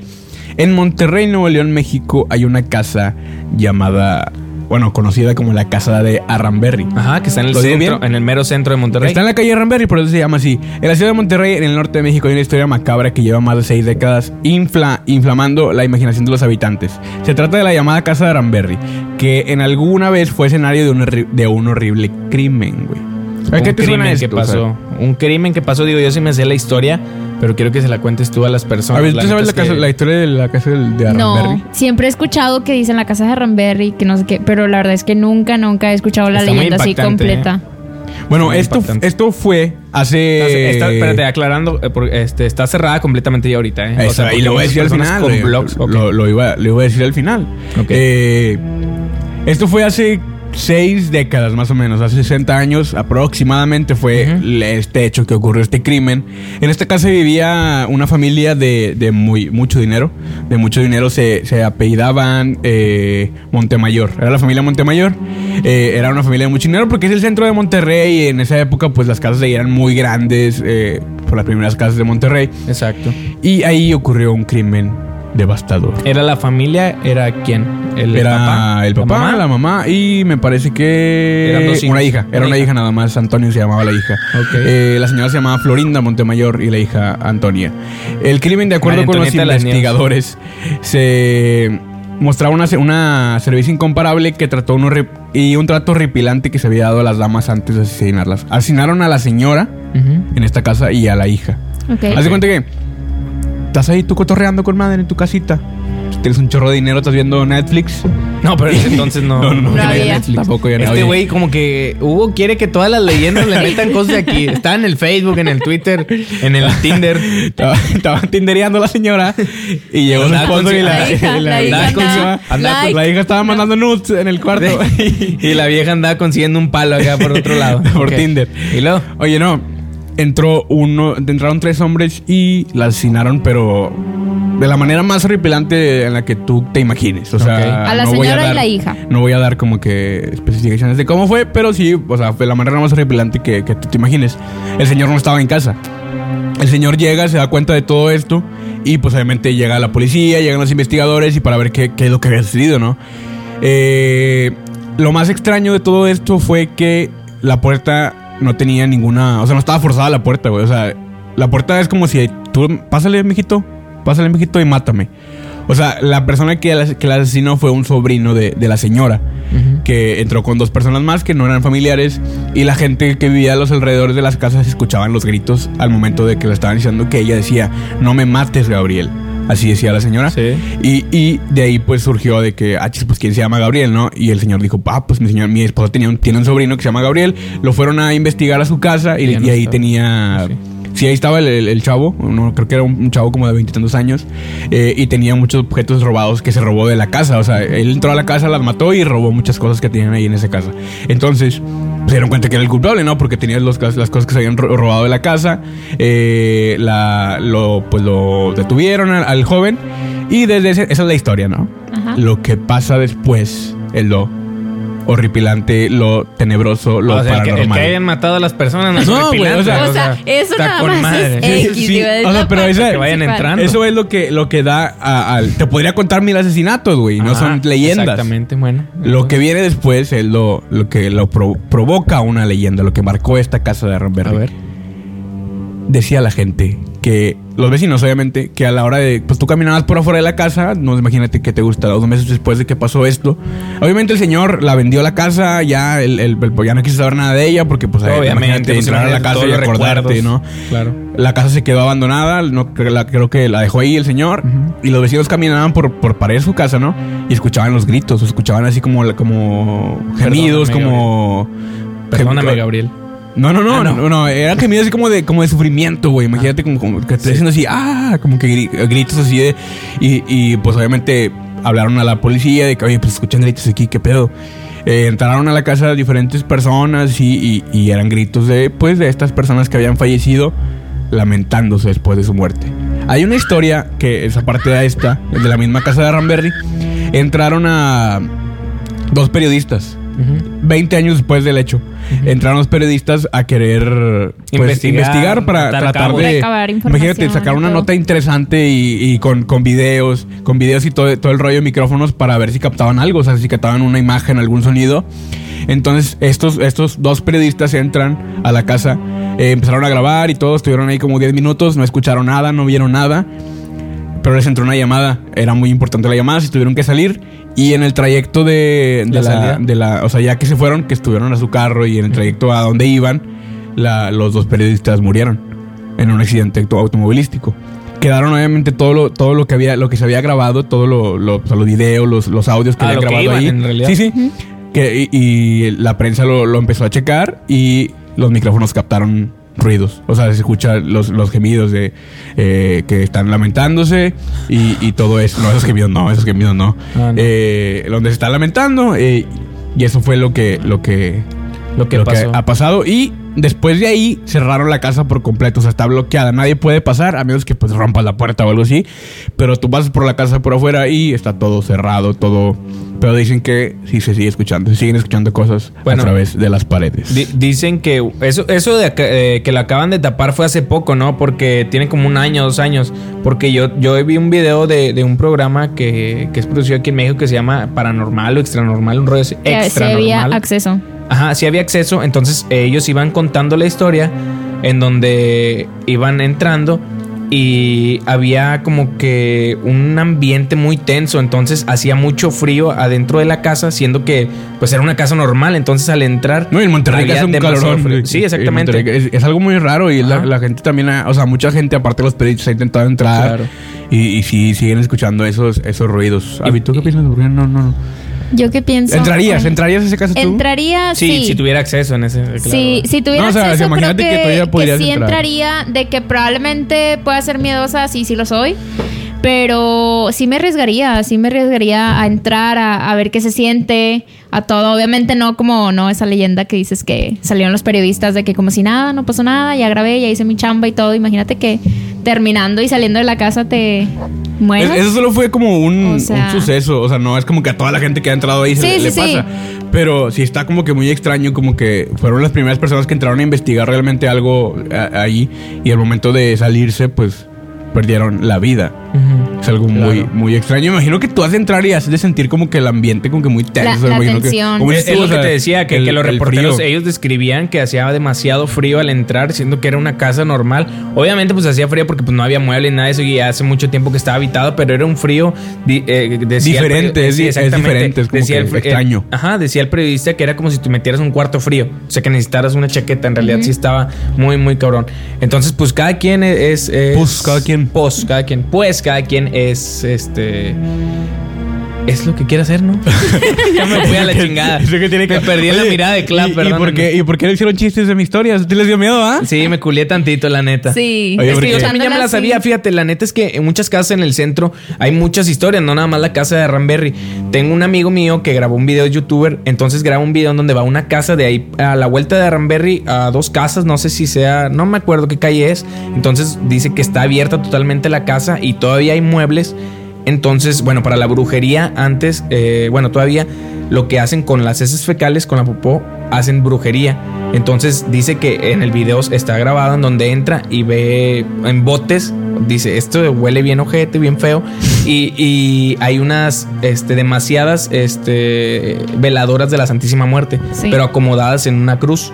En Monterrey, Nuevo León, México, hay una casa llamada, bueno, conocida como la casa de Arramberry.
Ajá, que está en el
¿Lo digo
centro,
bien?
en el mero centro de Monterrey.
Está en la calle Ramberry, por eso se llama así. En la ciudad de Monterrey, en el norte de México, hay una historia macabra que lleva más de seis décadas infla- inflamando la imaginación de los habitantes. Se trata de la llamada Casa de Ramberry, que en alguna vez fue escenario de un, horri- de un horrible crimen, güey. ¿A
un
qué te
crimen
suena
que
esto? O sea,
pasó. un crimen que pasó, digo, yo sí me sé la historia, pero quiero que se la cuentes tú a las personas.
a ver,
La
¿tú sabes la,
neta es
casa-
que-
la historia de la casa del- de Ramberry?
No, siempre he escuchado que dicen la casa de Ramberry, que no sé qué, pero la verdad es que nunca, nunca he escuchado la
Está muy
leyenda así
impactante,
¿eh?
completa.
Bueno,
Muy
esto,
impactante.
esto fue hace.
Entonces, está- espérate, aclarando, eh, porque, este, está cerrada completamente ya ahorita, ¿eh?
Ahí está,
porque
y lo voy a
muchas
decir al
personas
final. eh,
Con
güey.
blogs, ok.
lo, lo iba, lo iba a decir al final.
Ok.
Eh, esto fue hace seis décadas más o menos, hace 60 años aproximadamente fue
Ujú.
este hecho que ocurrió, este crimen. En esta casa vivía una familia de, de muy, mucho dinero, de mucho dinero se, se apellidaban eh, Montemayor, era la familia Montemayor, Eh, era una familia de mucho dinero porque es el centro de Monterrey y en esa época pues las casas ahí eran muy grandes, eh, por las primeras casas de Monterrey,
Exacto.
y ahí ocurrió un crimen devastador.
¿Era la familia? ¿Era quién? ¿El
era
papá?
el papá, la mamá? y me parece que
Eran dos hijos.
una hija, era
Una
una
hija.
hija nada más, Antonio se llamaba la hija.
Ok.
Eh, la señora se llamaba Florinda Montemayor y la hija Antonia. El crimen, de acuerdo
María
con los
Antonieta de las
investigadores, se mostraba una, una servicio incomparable que trató un horri- y un trato horripilante que se había dado a las damas antes de asesinarlas. Asesinaron a la señora
Ujú.
en esta casa y a la hija.
Ok.
Haz de cuenta que estás ahí tú cotorreando con madre en tu casita. Pues, Tienes un chorro de dinero, estás viendo Netflix.
No, pero en ese entonces no.
[laughs] No, no, no,
No
ya no hay
había.
Netflix. Tampoco ya no
Este
había.
güey como que Hugo quiere que todas las leyendas le metan cosas de
[laughs]
aquí. Está en el Facebook, en el Twitter, en el Tinder.
Estaba, estaba tindereando la señora y llegó su
Andaba con
esposo
su-
y la,
la hija,
y
la hija
andaba con su-
andaba-
andaba con- la
like.
hija estaba mandando nudes en el cuarto. [laughs]
y la vieja andaba consiguiendo un palo acá por otro lado.
Por
Ok.
Tinder.
Y luego,
Oye, no. Entró uno, entraron tres hombres y la asesinaron, pero de la manera más horripilante en la que tú te imagines. O sea,
Ok.
A la
voy
señora y
dar-
la hija.
No voy a dar como que especificaciones de cómo fue, pero sí, o sea, fue la manera más horripilante que, que tú te imagines. El señor no estaba en casa. El señor llega, se da cuenta de todo esto y pues obviamente llega la policía, llegan los investigadores y para ver qué, qué es lo que había sucedido, ¿no? Eh, lo más extraño de todo esto fue que la puerta no tenía ninguna... O sea, no estaba forzada la puerta, güey. O sea, la puerta es como si tú... Pásale, mijito. Pásale, mijito, y mátame. O sea, la persona que la, que la asesinó fue un sobrino de, de la señora que entró con dos personas más que no eran familiares y la gente que vivía a los alrededores de las casas escuchaban los gritos al momento de que le estaban diciendo que ella decía, no me mates Gabriel. Así decía la señora.
Sí.
Y, y de ahí pues surgió de que, ah, chis, pues quién se llama Gabriel, ¿no? Y el señor dijo, ah, pues mi señor, mi esposa tenía un, tiene un sobrino que se llama Gabriel. Lo fueron a investigar a su casa y,
Ya no
y ahí
estaba.
tenía...
Sí.
Sí, ahí estaba el, el- el chavo, no, creo que era un, un chavo como de veintitantos años, eh, y tenía muchos objetos robados que se robó de la casa. O sea, él entró a la casa, las mató y robó muchas cosas que tenían ahí en esa casa. Entonces, se dieron cuenta que era el culpable, ¿no? Porque tenía los cas- las cosas que se habían ro- robado de la casa. eh, la, lo, pues lo detuvieron al, al joven. Y desde ese- esa es la historia, ¿no?
Ajá.
Lo que pasa después es lo horripilante, lo tenebroso, lo
o sea, el que, el que
paranormal.
hayan matado a las personas no, es
No, güey,
horripilante,
o sea-
o sea, eso
está
nada
con
más
madre.
es
Sí,
X,
sí,
digo, es
o sea,
la
pero
parte
esa-
Que vayan
principal.
entrando.
Eso es lo que, lo que da a- al... Te podría contar mil asesinatos, güey. No
Ajá,
son leyendas.
Exactamente, bueno.
Lo que viene después es lo, lo que lo pro- provoca una leyenda, lo que marcó esta casa de Ramberry.
A ver.
Decía la gente que, los vecinos obviamente, que a la hora de, pues tú caminabas por afuera de la casa, no imagínate que te gusta, dos meses después de que pasó esto. Obviamente el señor la vendió la casa, ya, el, el- el- ya no quiso saber nada de ella, porque pues
Obviamente,
imagínate
pues,
entrar a la
imagínate
casa
todos
y
los
acordarte,
recuerdos.
¿no?
Claro.
La casa se quedó abandonada, no, creo, la- creo que la dejó ahí el señor. Y los vecinos caminaban por, por pared de su casa, ¿no? Y escuchaban los gritos, escuchaban así como, la- como gemidos,
Perdóname,
como.
Perdóname,
gem-
Gabriel.
No, no, no,
Ah,
no,
no.
no, eran gemidos así como de, como de sufrimiento, güey. Imagínate como, como que te diciendo así, ah, como que gri- gritos así de. Y, y, pues obviamente hablaron a la policía de que, oye, pues escuchan gritos aquí, qué pedo. Eh, entraron a la casa de diferentes personas y, y- y eran gritos de, pues, de estas personas que habían fallecido lamentándose después de su muerte. Hay una historia que es aparte de esta, de la misma casa de Ramberry. Entraron a dos periodistas. 20 años después del hecho, entraron los periodistas a querer pues,
Investigar,
investigar, para
atar
tratar
cabos.
de.
Recabar información
Imagínate, sacar
y
una
todo.
nota interesante y, y con, con videos, con videos y todo, todo el rollo de micrófonos para ver si captaban algo, o sea, si captaban una imagen, algún sonido. Entonces, estos, estos dos periodistas entran a la casa, eh, empezaron a grabar y todo, estuvieron ahí como 10 minutos, no escucharon nada, no vieron nada. Pero les entró una llamada, era muy importante la llamada, se tuvieron que salir. Y en el trayecto de, de
La
la,
salida.
de la- O sea, ya que se fueron, que estuvieron a su carro y en el trayecto a donde iban, la- los dos periodistas murieron en un accidente auto- automovilístico. Quedaron obviamente todo lo, todo lo que había, lo que se había grabado, todo lo, lo- o sea, los videos, los, los audios que
Ah,
habían
lo que
grabado
iban,
ahí.
en realidad.
Sí, sí. Que, y, y la prensa lo, lo empezó a checar y los micrófonos captaron ruidos. O sea, se escuchan los, los gemidos de eh, que están lamentándose y, y todo eso. No, esos gemidos no, esos gemidos no.
Ah, no.
Eh, donde se está lamentando eh, Y eso fue lo que, lo que,
Lo que
lo
pasó.
que ha pasado. Y después de ahí cerraron la casa por completo. O sea, está bloqueada. Nadie puede pasar a menos que pues rompas la puerta o algo así. Pero tú vas por la casa por afuera y está todo cerrado, todo. Pero dicen que sí se sigue escuchando. Se siguen escuchando cosas
Bueno.
a través de las paredes.
Di- dicen que eso, eso de acá- eh, que la acaban de tapar fue hace poco, ¿no? Porque tiene como un año, dos años. Porque yo, yo vi un video de, de un programa que, que es producido aquí en México que se llama Paranormal o Extranormal, un rollo así.
Que se había
Extranormal.
acceso.
Ajá, sí había acceso. Entonces eh, ellos iban contando la historia en donde iban entrando y había como que un ambiente muy tenso. Entonces hacía mucho frío adentro de la casa, siendo que pues era una casa normal. Entonces al entrar.
No, y en Monterrey
había
que hace un
demasiado
calorón.
frío.
güey.
Sí,
En
exactamente.
Monterrey, Es, es algo muy raro y la,
Ajá.
la gente también, ha- o sea, mucha gente, aparte de los peritos, ha intentado entrar.
Claro.
Y, y sí, siguen escuchando esos, esos ruidos.
Y-
¿Y tú qué piensas? ¿Por qué no, no, no?
Yo qué pienso.
¿Entrarías?
Bueno,
¿Entrarías a ese caso tú?
Entraría,
Sí,
Ah, sí.
si tuviera acceso en ese. claro.
Sí, si tuviera
No, o sea,
acceso, creo
imagínate que
que,
todavía
que
podrías
sí
entrar.
entraría de que probablemente pueda ser miedosa, sí, sí lo soy. Pero sí me arriesgaría, sí me arriesgaría a entrar, a, a ver qué se siente, a todo. Obviamente no como no esa leyenda que dices que salieron los periodistas de que como si nada, no pasó nada, ya grabé, ya hice mi chamba y todo. Imagínate que terminando y saliendo de la casa te mueres.
Es- eso solo fue como un,
O sea-
un suceso. O sea, no es como que a toda la gente que ha entrado ahí se
Sí,
le, le
sí, sí.
pasa. Pero sí está como que muy extraño, como que fueron las primeras personas que entraron a investigar realmente algo a- ahí. Y al momento de salirse, pues perdieron la vida.
Ujú.
Es algo muy,
Claro.
muy extraño. Imagino que tú has de entrar y has de sentir como que el ambiente como que muy tenso.
la
imagino que-
tensión.
como
Es,
dices
es
tú,
lo
o
que
sea,
te decía, que,
el-
que los
el
reporteros,
frío.
ellos describían que hacía demasiado frío al entrar, siendo que era una casa normal. Obviamente, pues hacía frío porque pues, no había muebles ni nada de eso, y hace mucho tiempo que estaba habitado, pero era un frío di- eh, decía el
Diferente,
peri-
es di- es diferente, es como que
el-
extraño.
eh, ajá, decía el periodista que era como si te metieras un cuarto frío, o sea que necesitaras una chaqueta, en realidad sí estaba muy, muy cabrón. Entonces, pues cada quien es... es-
Pues, cada quien.
Pues cada quien. Pues cada quien es este... Es lo que quiere hacer, ¿no? [laughs] ya me fui
[laughs]
a la chingada.
Eso que tiene que-
me perdí en la
Oye,
mirada de Clap,
¿y- ¿Y,
perdón.
por qué, ¿Y por qué le hicieron chistes de mi historia? ¿Te les dio miedo, ah?
Sí, me culié tantito, la neta.
Sí,
Oye,
es que
porque-
yo también ya me la
escuchándola,
sabía,
sí.
fíjate, la neta es que en muchas casas en el centro hay muchas historias, no nada más la casa de Ramberry. Tengo un amigo mío que grabó un video de youtuber, entonces graba un video en donde va a una casa de ahí a la vuelta de Ramberry a dos casas, no sé si sea, no me acuerdo qué calle es, entonces dice que está abierta totalmente la casa y todavía hay muebles. Entonces, bueno, para la brujería antes, eh, bueno, todavía lo que hacen con las heces fecales, con la popó, hacen brujería. Entonces dice que en el video está grabado en donde entra y ve en botes, dice, esto huele bien ojete, bien feo. Y, y hay unas este, demasiadas este, veladoras de la Santísima Muerte,
Sí.
pero acomodadas en una cruz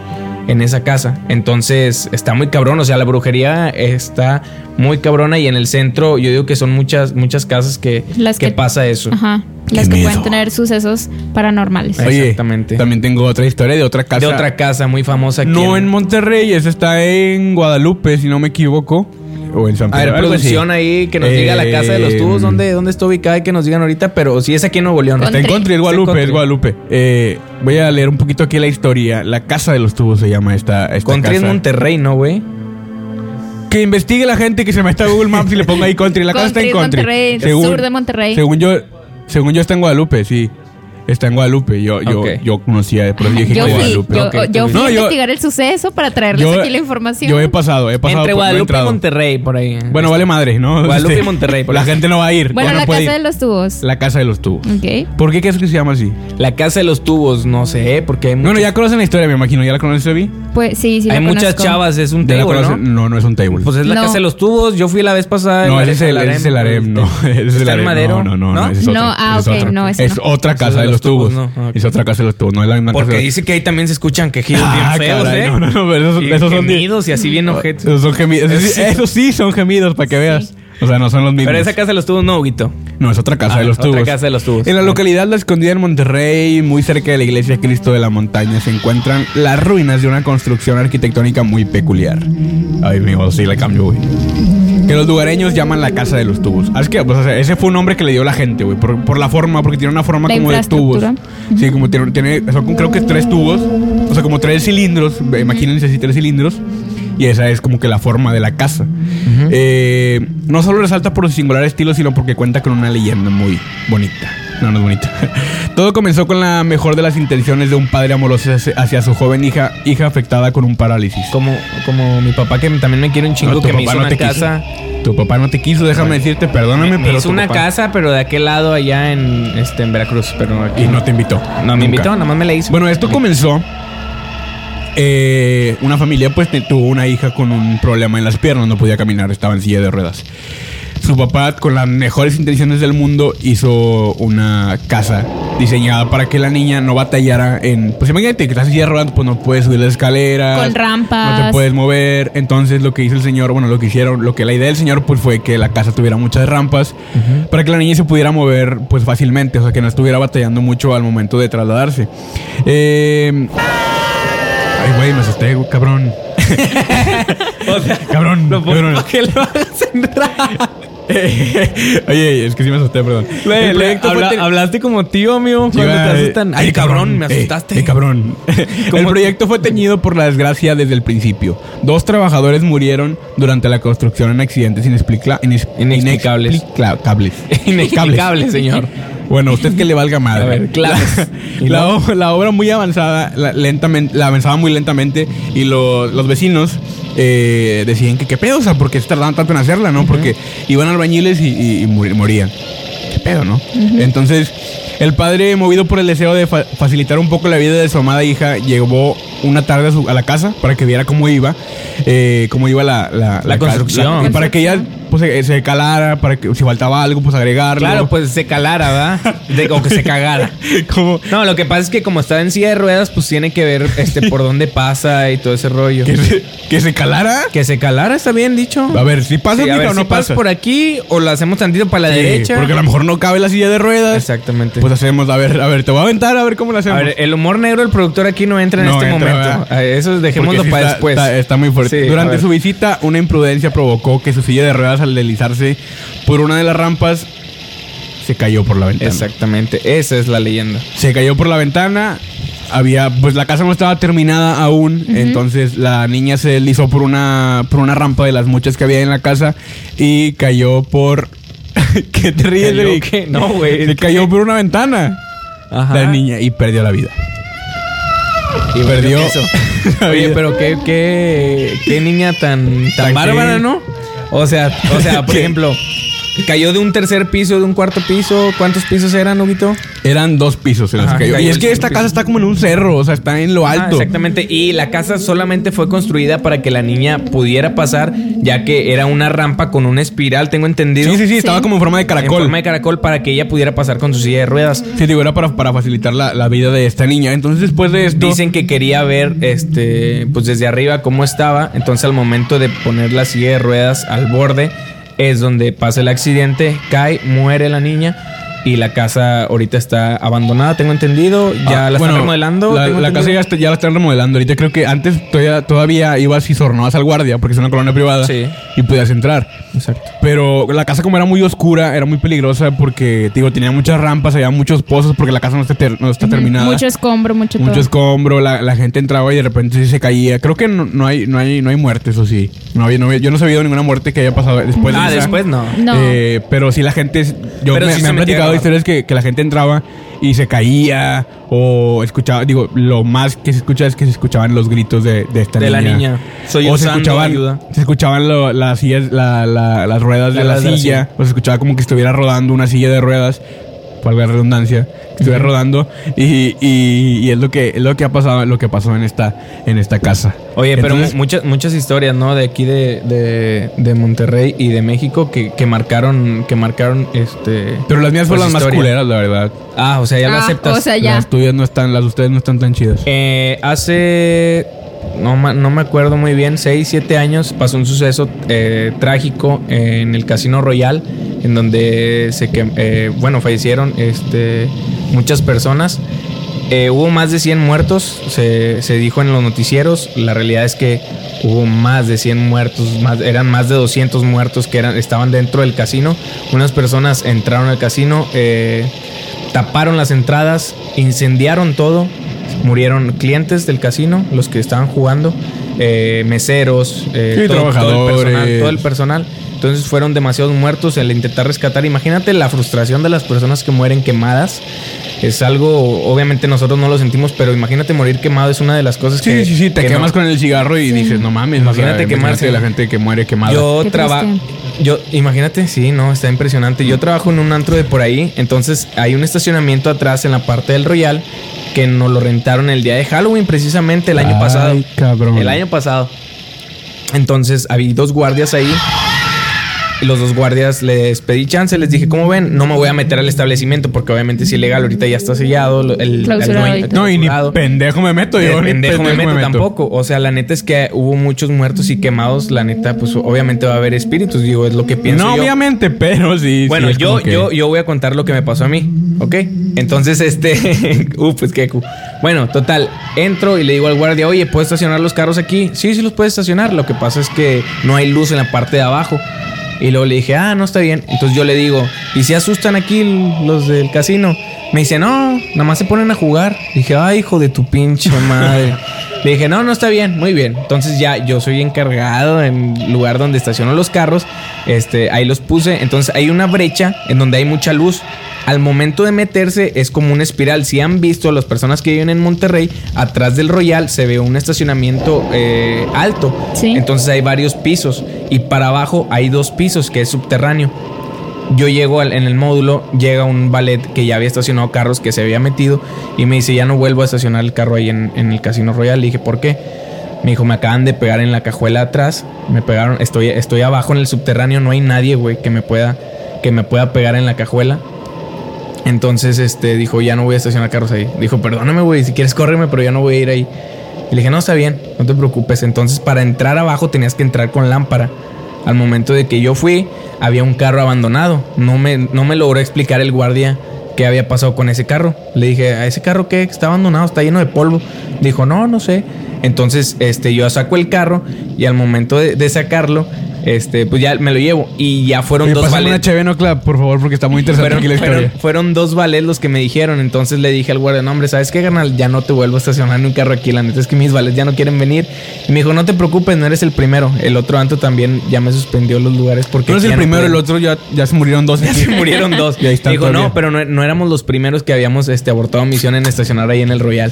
en esa casa. Entonces está muy cabrón, o sea, la brujería está muy cabrona y en el centro yo digo que son muchas muchas casas que,
Las
que,
que-
pasa eso.
Ajá,
Qué
las que
miedo.
pueden tener sucesos paranormales.
Eh, Exactamente.
Oye, también tengo otra historia de otra casa.
de otra casa muy famosa aquí
No en Monterrey, esa está en Guadalupe, si no me equivoco. O en San
A
Pedro.
ver,
algo así.
producción ahí, que nos diga la casa de los
Eh,
tubos, dónde, dónde está ubicada y que nos digan ahorita, pero si es aquí en Nuevo León.
Está en
Country.
Country, es
Está
Guadalupe,
en
es Guadalupe. Eh, voy a leer un poquito aquí la historia. La casa de los tubos se llama esta, esta
Country en
casa.
Monterrey, ¿no, güey?
Que investigue la gente que se me está Google Maps y le ponga ahí Country. La casa está en
Country,
Country.
Monterrey, sur de Monterrey.
Según yo, según yo está en Guadalupe, sí. Está en Guadalupe. Yo, yo,
Ok,
yo conocía, por eso dije
Yo
que
fui,
Guadalupe.
yo,
ok,
yo
tú
fui
dices.
a
No, yo-
investigar el suceso para traerles aquí la información.
yo he pasado, he pasado.
Entre
por- no he
Guadalupe y
entrado.
Monterrey, por ahí.
Bueno, vale madre, ¿no?
[laughs] Guadalupe y Monterrey, por
la
ejemplo.
gente no va a ir.
bueno,
ya no
la
puede
casa
ir.
de los Mm. tubos.
La casa de los tubos.
Ok.
¿Por qué crees que se llama así?
la casa de los tubos, no sé, porque hay,
Bueno,
muchas-
ya conocen la historia, me imagino. ¿Ya la conoces, vi?
Pues sí, sí. la
hay muchas
conozco.
chavas, es un
¿Ya la
table, ¿no?
conocen? ¿no, no es un table.
Pues es la
No.
casa de los tubos. Yo fui la vez pasada.
no,
en
ese es el,
Harem,
ese es el harem, no. [laughs] Ese
este.
es el
Está en
harem.
madero.
No, no, no, no, ese es
No,
otro.
ah,
ese es
ok,
otro.
no, ese
Es
no.
otra
Ese
casa de los tubos.
pues, no, ok.
Es otra casa de los tubos, no es la misma
Porque
casa.
dice que ahí también se escuchan quejidos
Ah,
bien feos,
caray,
¿eh?
No, no, no, pero esos,
Y
esos son
gemidos y así bien ojetes.
Esos son gemidos. Esos, sí-
Sí.
esos sí son gemidos, para que veas. O sea, no son los mismos.
Pero esa casa de los tubos no, Huguito.
No, es otra casa
Ah,
de los
otra
tubos.
casa de los tubos.
En la localidad La Escondida en Monterrey, muy cerca de la iglesia Cristo de la Montaña, se encuentran las ruinas de una construcción arquitectónica muy peculiar. Ay, amigo, sí le cambio, güey. Que los lugareños llaman la casa de los tubos. Ah, Es que, pues, o sea, ese fue un nombre que le dio la gente, güey, por, por la forma, porque tiene una forma
La
como de tubos.
infraestructura.
Sí, como tiene, tiene- son como- creo que tres tubos, o sea, como tres cilindros, imagínense así, tres cilindros. Y esa es como que la forma de la casa. Eh, no solo resalta por su singular estilo, sino porque cuenta con una leyenda muy bonita. No, no es bonita. [laughs] Todo comenzó con la mejor de las intenciones de un padre amoroso hacia- hacia su joven hija, hija afectada con un parálisis.
Como, como mi papá que también me quiere un chingo
No, tu
que
papá
me hizo
no
una
te quiso.
casa.
Tu papá no te quiso, déjame decirte, perdóname, [laughs]
me
pero
hizo
tu
una
papá-
casa, pero de aquel lado allá en este en Veracruz, pero aquí
y no te invitó.
No,
Nunca.
me invitó, nomás me la hizo.
Bueno, esto comenzó. eh, una familia pues te- tuvo una hija con un problema en las piernas, no podía caminar, estaba en silla de ruedas. Su papá, con las mejores intenciones del mundo, hizo una casa diseñada para que la niña no batallara en... Pues imagínate que estás en silla de ruedas, pues no puedes subir las escaleras.
Con rampas.
No te puedes mover. Entonces lo que hizo el señor, bueno, lo que hicieron, lo que la idea del señor pues fue que la casa tuviera muchas rampas para que la niña se pudiera mover pues fácilmente, o sea, que no estuviera batallando mucho al momento de trasladarse. Eh, Ay, güey, me asusté, güey, cabrón. cabrón,
[laughs] Lo pongo
cabrón.
pa' que lo hagas
[laughs]
entrar.
Oye, es que sí me asusté, perdón.
Güey,
El proyecto fue
habla-
ten-
Hablaste como tío mío
Iba-
cuando te asustan. Ay,
eh,
cabrón, me
eh,
asustaste.
eh,
[laughs]
cabrón. El
¿Cómo?
proyecto fue teñido por la desgracia desde el principio. Dos trabajadores murieron durante la construcción en accidentes inexplica- ines-
Inexplicables.
inexplica- [laughs] cables.
Inexplicable, señor.
[laughs] Bueno, usted que le valga madre.
A ver,
[laughs]
claves.
La, la o- la obra muy avanzada, la- lentamente, la avanzaba muy lentamente y lo- los vecinos eh, decían que qué pedo, o sea, porque se tardaban tanto en hacerla, ¿no? Porque iban albañiles y, y- y muri- morían. Qué pedo, ¿no? Entonces, el padre, movido por el deseo de fa- facilitar un poco la vida de su amada hija, llegó una tarde a, su- a la casa para que viera cómo iba, eh, cómo iba la, la- ca-
La construcción.
y para que ella pues, se, se calara, para que si faltaba algo, pues agregarlo. [laughs]
Claro, pues se calara, ¿verdad? De- o que se cagara.
como
No, lo que pasa es que como está en silla de ruedas, pues tiene que ver este por dónde pasa y todo ese
[laughs]
rollo.
que se, que se calara.
Que se calara, está bien dicho.
A ver, si
Sí,
pasa
a ver,
o no
si pasas
pasa.
por aquí o la hacemos tantito para la
Sí,
derecha.
Porque a lo mejor no cabe la silla de ruedas.
Exactamente.
Pues hacemos, a ver, a ver, te voy a aventar a ver cómo la
a
hacemos.
ver, el humor negro del productor aquí no entra en
No
este
entra,
momento.
¿verdad?
A Eso
Porque
dejémoslo
sí
para
está-
después.
Está, está muy fuerte.
Sí, a
Durante
ver.
su visita, una imprudencia provocó que su silla de ruedas al deslizarse por una de las rampas se cayó por la ventana.
Exactamente, esa es la leyenda.
Se cayó por la ventana. Había, pues la casa no estaba terminada aún, entonces la niña se deslizó por una, por una rampa de las muchas que había en la casa y cayó por... [laughs] ¿Qué te ríes,
¿Cayó
Eric?
qué? No, güey.
Se cayó por una ventana.
Ajá.
La niña y perdió la vida.
Y
perdió.
eso. [laughs] Oye, pero qué, qué, qué niña tan, tan
Tan
bárbara,
que-
¿no? O sea, o sea, [laughs] por
¿Qué?
ejemplo, cayó de un tercer piso, de un cuarto piso. ¿Cuántos pisos eran, Huguito?
Eran dos pisos en los
Ajá,
que cayó.
cayó
Y es
el
que esta
piso.
casa está como en un cerro, o sea, está en lo
Ah,
alto.
exactamente. Y la casa solamente fue construida para que la niña pudiera pasar, ya que era una rampa con una espiral, tengo entendido.
Sí, sí, sí, estaba
Sí.
como en forma de caracol.
En forma de caracol para que ella pudiera pasar con su silla de ruedas.
Sí, digo, era para, para facilitar la, la vida de esta niña. Entonces, después de esto.
Dicen que quería ver este pues desde arriba cómo estaba. Entonces al momento de poner la silla de ruedas al borde es donde pasa el accidente, cae, muere la niña y la casa ahorita está abandonada, tengo entendido. Ya
Ah,
la
bueno,
están remodelando.
La,
tengo
la casa ya,
entendido.
está- ya la están remodelando. Ahorita creo que antes todavía, todavía ibas y sornabas al guardia, porque es una colonia privada.
Sí.
Y podías entrar.
Exacto.
Pero la casa como era muy oscura, era muy peligrosa porque, te digo, tenía muchas rampas, había muchos pozos porque la casa no está, ter- no está terminada.
Mucho escombro, mucho,
Mucho
todo.
escombro, la, la gente entraba y de repente sí se caía. Creo que no, no hay, no hay, no hay muertes, eso sí. No, había- no había- yo no he sabido ninguna muerte que haya pasado después
ah,
de esa.
después no.
No.
Eh, pero sí la gente, yo
Pero
me,
sí
me
se
han
metía
platicado
a-
historias que, que la gente entraba y se caía o escuchaba, digo, lo más que se escucha es que se escuchaban los gritos de, de esta
De
niña.
la niña. Soy
o se
usando
escuchaban,
ayuda.
se escuchaban lo- las, sillas, la- la- las ruedas de
Las
la,
ruedas de la
silla,
silla.
o se escuchaba como que estuviera rodando una silla de ruedas, valga la redundancia, que estuviera rodando y, y- y es lo que es lo que ha pasado, lo que pasó en esta en esta casa.
Oye, pero
Entonces,
mu- muchas, muchas historias, ¿no? De aquí de, de, de Monterrey y de México que, que marcaron, que marcaron este.
pero las mías
pues,
fueron las más
historia.
culeras, la verdad.
Ah, o sea, ya lo
Ah,
aceptas.
o sea, ya.
Las tuyas no están, las de ustedes no están tan chidas.
Eh, hace. No, ma- no me acuerdo muy bien, 6, 7 años pasó un suceso eh, trágico en el Casino Royal, en donde se que, eh, bueno, fallecieron este, muchas personas. Eh, hubo más de 100 muertos, se, se dijo en los noticieros. La realidad es que hubo más de 100 muertos, más, eran más de 200 muertos que eran, estaban dentro del casino. Unas personas entraron al casino. eh, taparon las entradas, incendiaron todo, murieron clientes del casino, los que estaban jugando, eh, meseros, eh,
Y
el personal,
trabajadores.
todo el personal. Entonces fueron demasiados muertos al intentar rescatar. Imagínate la frustración de las personas que mueren quemadas. Es algo, obviamente nosotros no lo sentimos, pero imagínate morir quemado es una de las cosas que...
Sí, sí, sí, te
que no-
quemas con el cigarro y dices, no mames, o sea,
Imagínate quemarse.
la gente que muere quemada.
Yo
Qué
trabajo. Yo, imagínate, sí, no, está impresionante. Yo trabajo en un antro de por ahí, entonces hay un estacionamiento atrás en la parte del Royal que nos lo rentaron el día de Halloween, precisamente el año
Ay,
pasado.
cabrón.
El año pasado. Entonces había dos guardias ahí. Y los dos guardias les pedí chance, les dije, ¿cómo ven? No me voy a meter al establecimiento porque obviamente es ilegal, ahorita ya está sellado. lo- El, el
Clausurado
dueño-
ahorita.
No, y ni
clausurado.
pendejo me meto, yo
De
ni
pendejo me meto tampoco. O sea, la neta es que hubo muchos muertos y quemados. La neta, pues obviamente va a haber espíritus. Digo, es lo que pienso.
No,
yo.
obviamente, pero sí.
Bueno,
sí, es
yo,
como que-
yo, yo voy a contar lo que me pasó a mí, ¿ok? Entonces, este. [laughs] uh, pues qué cu. Bueno, total. Entro y le digo al guardia, oye, ¿puedes estacionar los carros aquí? Sí, sí, los puedes estacionar. Lo que pasa es que no hay luz en la parte de abajo. Y luego le dije, ah, no está bien. Entonces yo le digo, ¿y si asustan aquí los del casino? Me dice, no, nada más se ponen a jugar. Dije, ay, hijo de tu pinche
[laughs]
madre. Le dije, no, no está bien, muy bien. Entonces ya yo soy encargado en el lugar donde estaciono los carros. Este, ahí los puse. Entonces hay una brecha en donde hay mucha luz. Al momento de meterse es como una espiral. Si han visto las personas que viven en Monterrey, atrás del Royal se ve un estacionamiento eh, alto.
Sí.
Entonces hay varios pisos. Y para abajo hay dos pisos que es subterráneo. Yo llego al- en el módulo, llega un ballet que ya había estacionado carros, que se había metido, y me dice, ya no vuelvo a estacionar el carro ahí en, en el Casino Royal. Le dije, ¿por qué? Me dijo, me acaban de pegar en la cajuela atrás, me pegaron, estoy, estoy abajo en el subterráneo, no hay nadie, güey, que me pueda, que me pueda pegar en la cajuela. Entonces, este, dijo, ya no voy a estacionar carros ahí. Dijo, perdóname, güey, si quieres córreme, pero ya no voy a ir ahí. Y le dije, no, está bien, no te preocupes. Entonces, para entrar abajo tenías que entrar con lámpara. Al momento de que yo fui, había un carro abandonado. No me, no me logró explicar el guardia qué había pasado con ese carro. Le dije, ¿a ese carro qué? Está abandonado, está lleno de polvo. Dijo, no, no sé. Entonces, este, yo saco el carro y al momento de, de sacarlo, este, pues ya me lo llevo. Y ya fueron
Oye,
dos
pásame una
valen-
Cheveno Club, por favor, porque está muy interesante
fueron,
aquí la
fueron-
historia.
fueron dos valets los que me dijeron. Entonces le dije al guardia, no, hombre, ¿sabes qué, carnal? Ya no te vuelvo a estacionar en un carro aquí. La neta es que mis valets ya no quieren venir. Y me dijo, no te preocupes, no eres el primero. El otro anto también ya me suspendió los lugares porque.
Tú eres
aquí
el
ya no
primero,
pueden.
el otro ya, ya se murieron dos.
[laughs] Ya se murieron dos.
Y ahí están
Dijo,
todavía.
no, pero no, no éramos los primeros que habíamos este, abortado misión en estacionar ahí en el Royal.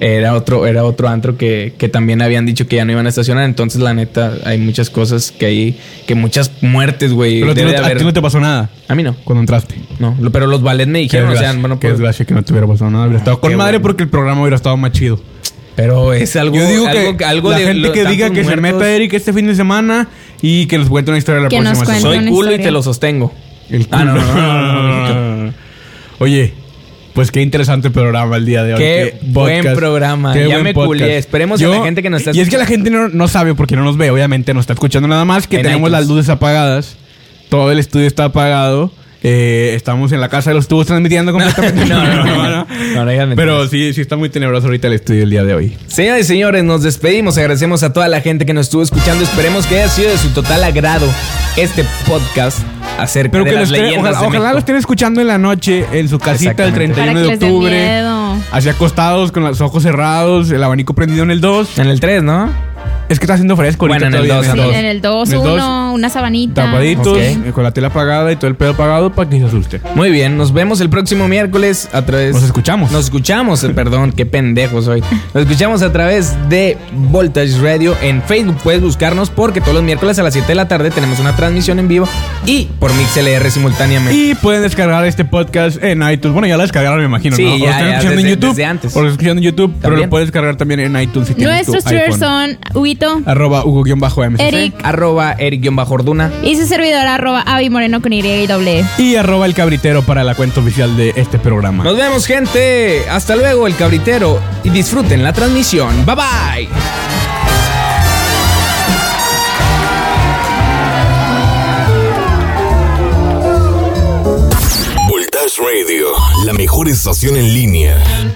Era otro, era otro antro que, que también habían dicho que ya no iban a estacionar. Entonces, la neta, hay muchas cosas que hay, que muchas muertes, güey.
Pero a ti
debe
no-
de
a
haber.
ti no te pasó nada
A mí no.
cuando entraste.
No, lo- pero los ballet me
Qué
dijeron, o sea,
desgracia,
bueno,
qué
pues, Ah,
desgracia que no te hubiera pasado nada. Hubiera estado con
qué
madre
bueno.
porque el programa hubiera estado más chido.
pero es algo
Yo digo
algo,
que
algo
la
de
gente
lo-
que diga
tantos
que se
muertos,
meta Eric este fin de semana y que nos cuente una historia la
Que nos
próxima semana.
cuente.
pues, soy
Una
culo y
historia.
te lo sostengo.
El
Ah, no,
culo.
no, no, no,
Oye, pues qué interesante programa el día de hoy.
Qué buen programa. Ya me culié. Esperemos a la gente que nos está
Y es que la gente no, no sabe porque no nos ve. Obviamente nos está escuchando nada más que
En
tenemos
iTunes.
las luces apagadas. Todo el estudio está apagado. eh, estamos en la casa de los tubos transmitiendo completamente.
No, no, no, no, no. No, no digas
Pero
mentiras.
sí, sí está muy tenebroso ahorita el estudio el día de hoy.
Señoras y señores, nos despedimos. Agradecemos a toda la gente que nos estuvo escuchando. Esperemos que haya sido de su total agrado este podcast acerca
Pero
de
que
las
los estén-
leyendas
ojalá,
de
ojalá
México.
lo estén escuchando en la noche, en su casita, el 31
Exactamente.
Para
de
que les dé
octubre.
miedo.
Así acostados, con los ojos cerrados, el abanico prendido en el 2.
En el 3, ¿no?
Es que está haciendo fresco ahorita
Bueno, en el
todavía,
dos,
Sí,
Dos.
en el 2,
En el dos,
1, una sabanita.
Tapaditos,
Ok.
eh, con la tela apagada y todo el pedo apagado para que se asuste.
Muy bien, nos vemos el próximo miércoles a través.
Nos escuchamos.
Nos escuchamos, eh, perdón, qué pendejo soy. Nos escuchamos a través de Voltage Radio en Facebook. Puedes buscarnos porque todos los miércoles a las 7 de la tarde tenemos una transmisión en vivo y por MixLR simultáneamente.
Y pueden descargar este podcast en iTunes. Bueno, ya lo descargaron, me imagino,
Sí,
¿no? O
ya,
lo están
ya,
escuchando
desde-
en YouTube.
desde antes.
O lo están escuchando en YouTube, pero
También.
lo puedes descargar también en iTunes si tienes
Nuestros
tu
twitters
iPhone.
son Huito
Arroba Hugo-MC.
Eric.
Arroba Eric-Orduna.
y su servidora arroba Avi Moreno con Y y doble. E.
Y arroba el cabritero para la cuenta oficial de este programa.
Nos vemos, gente. Hasta luego, el cabritero. Y disfruten la transmisión. Bye bye.
Voltage Radio, la mejor estación en línea.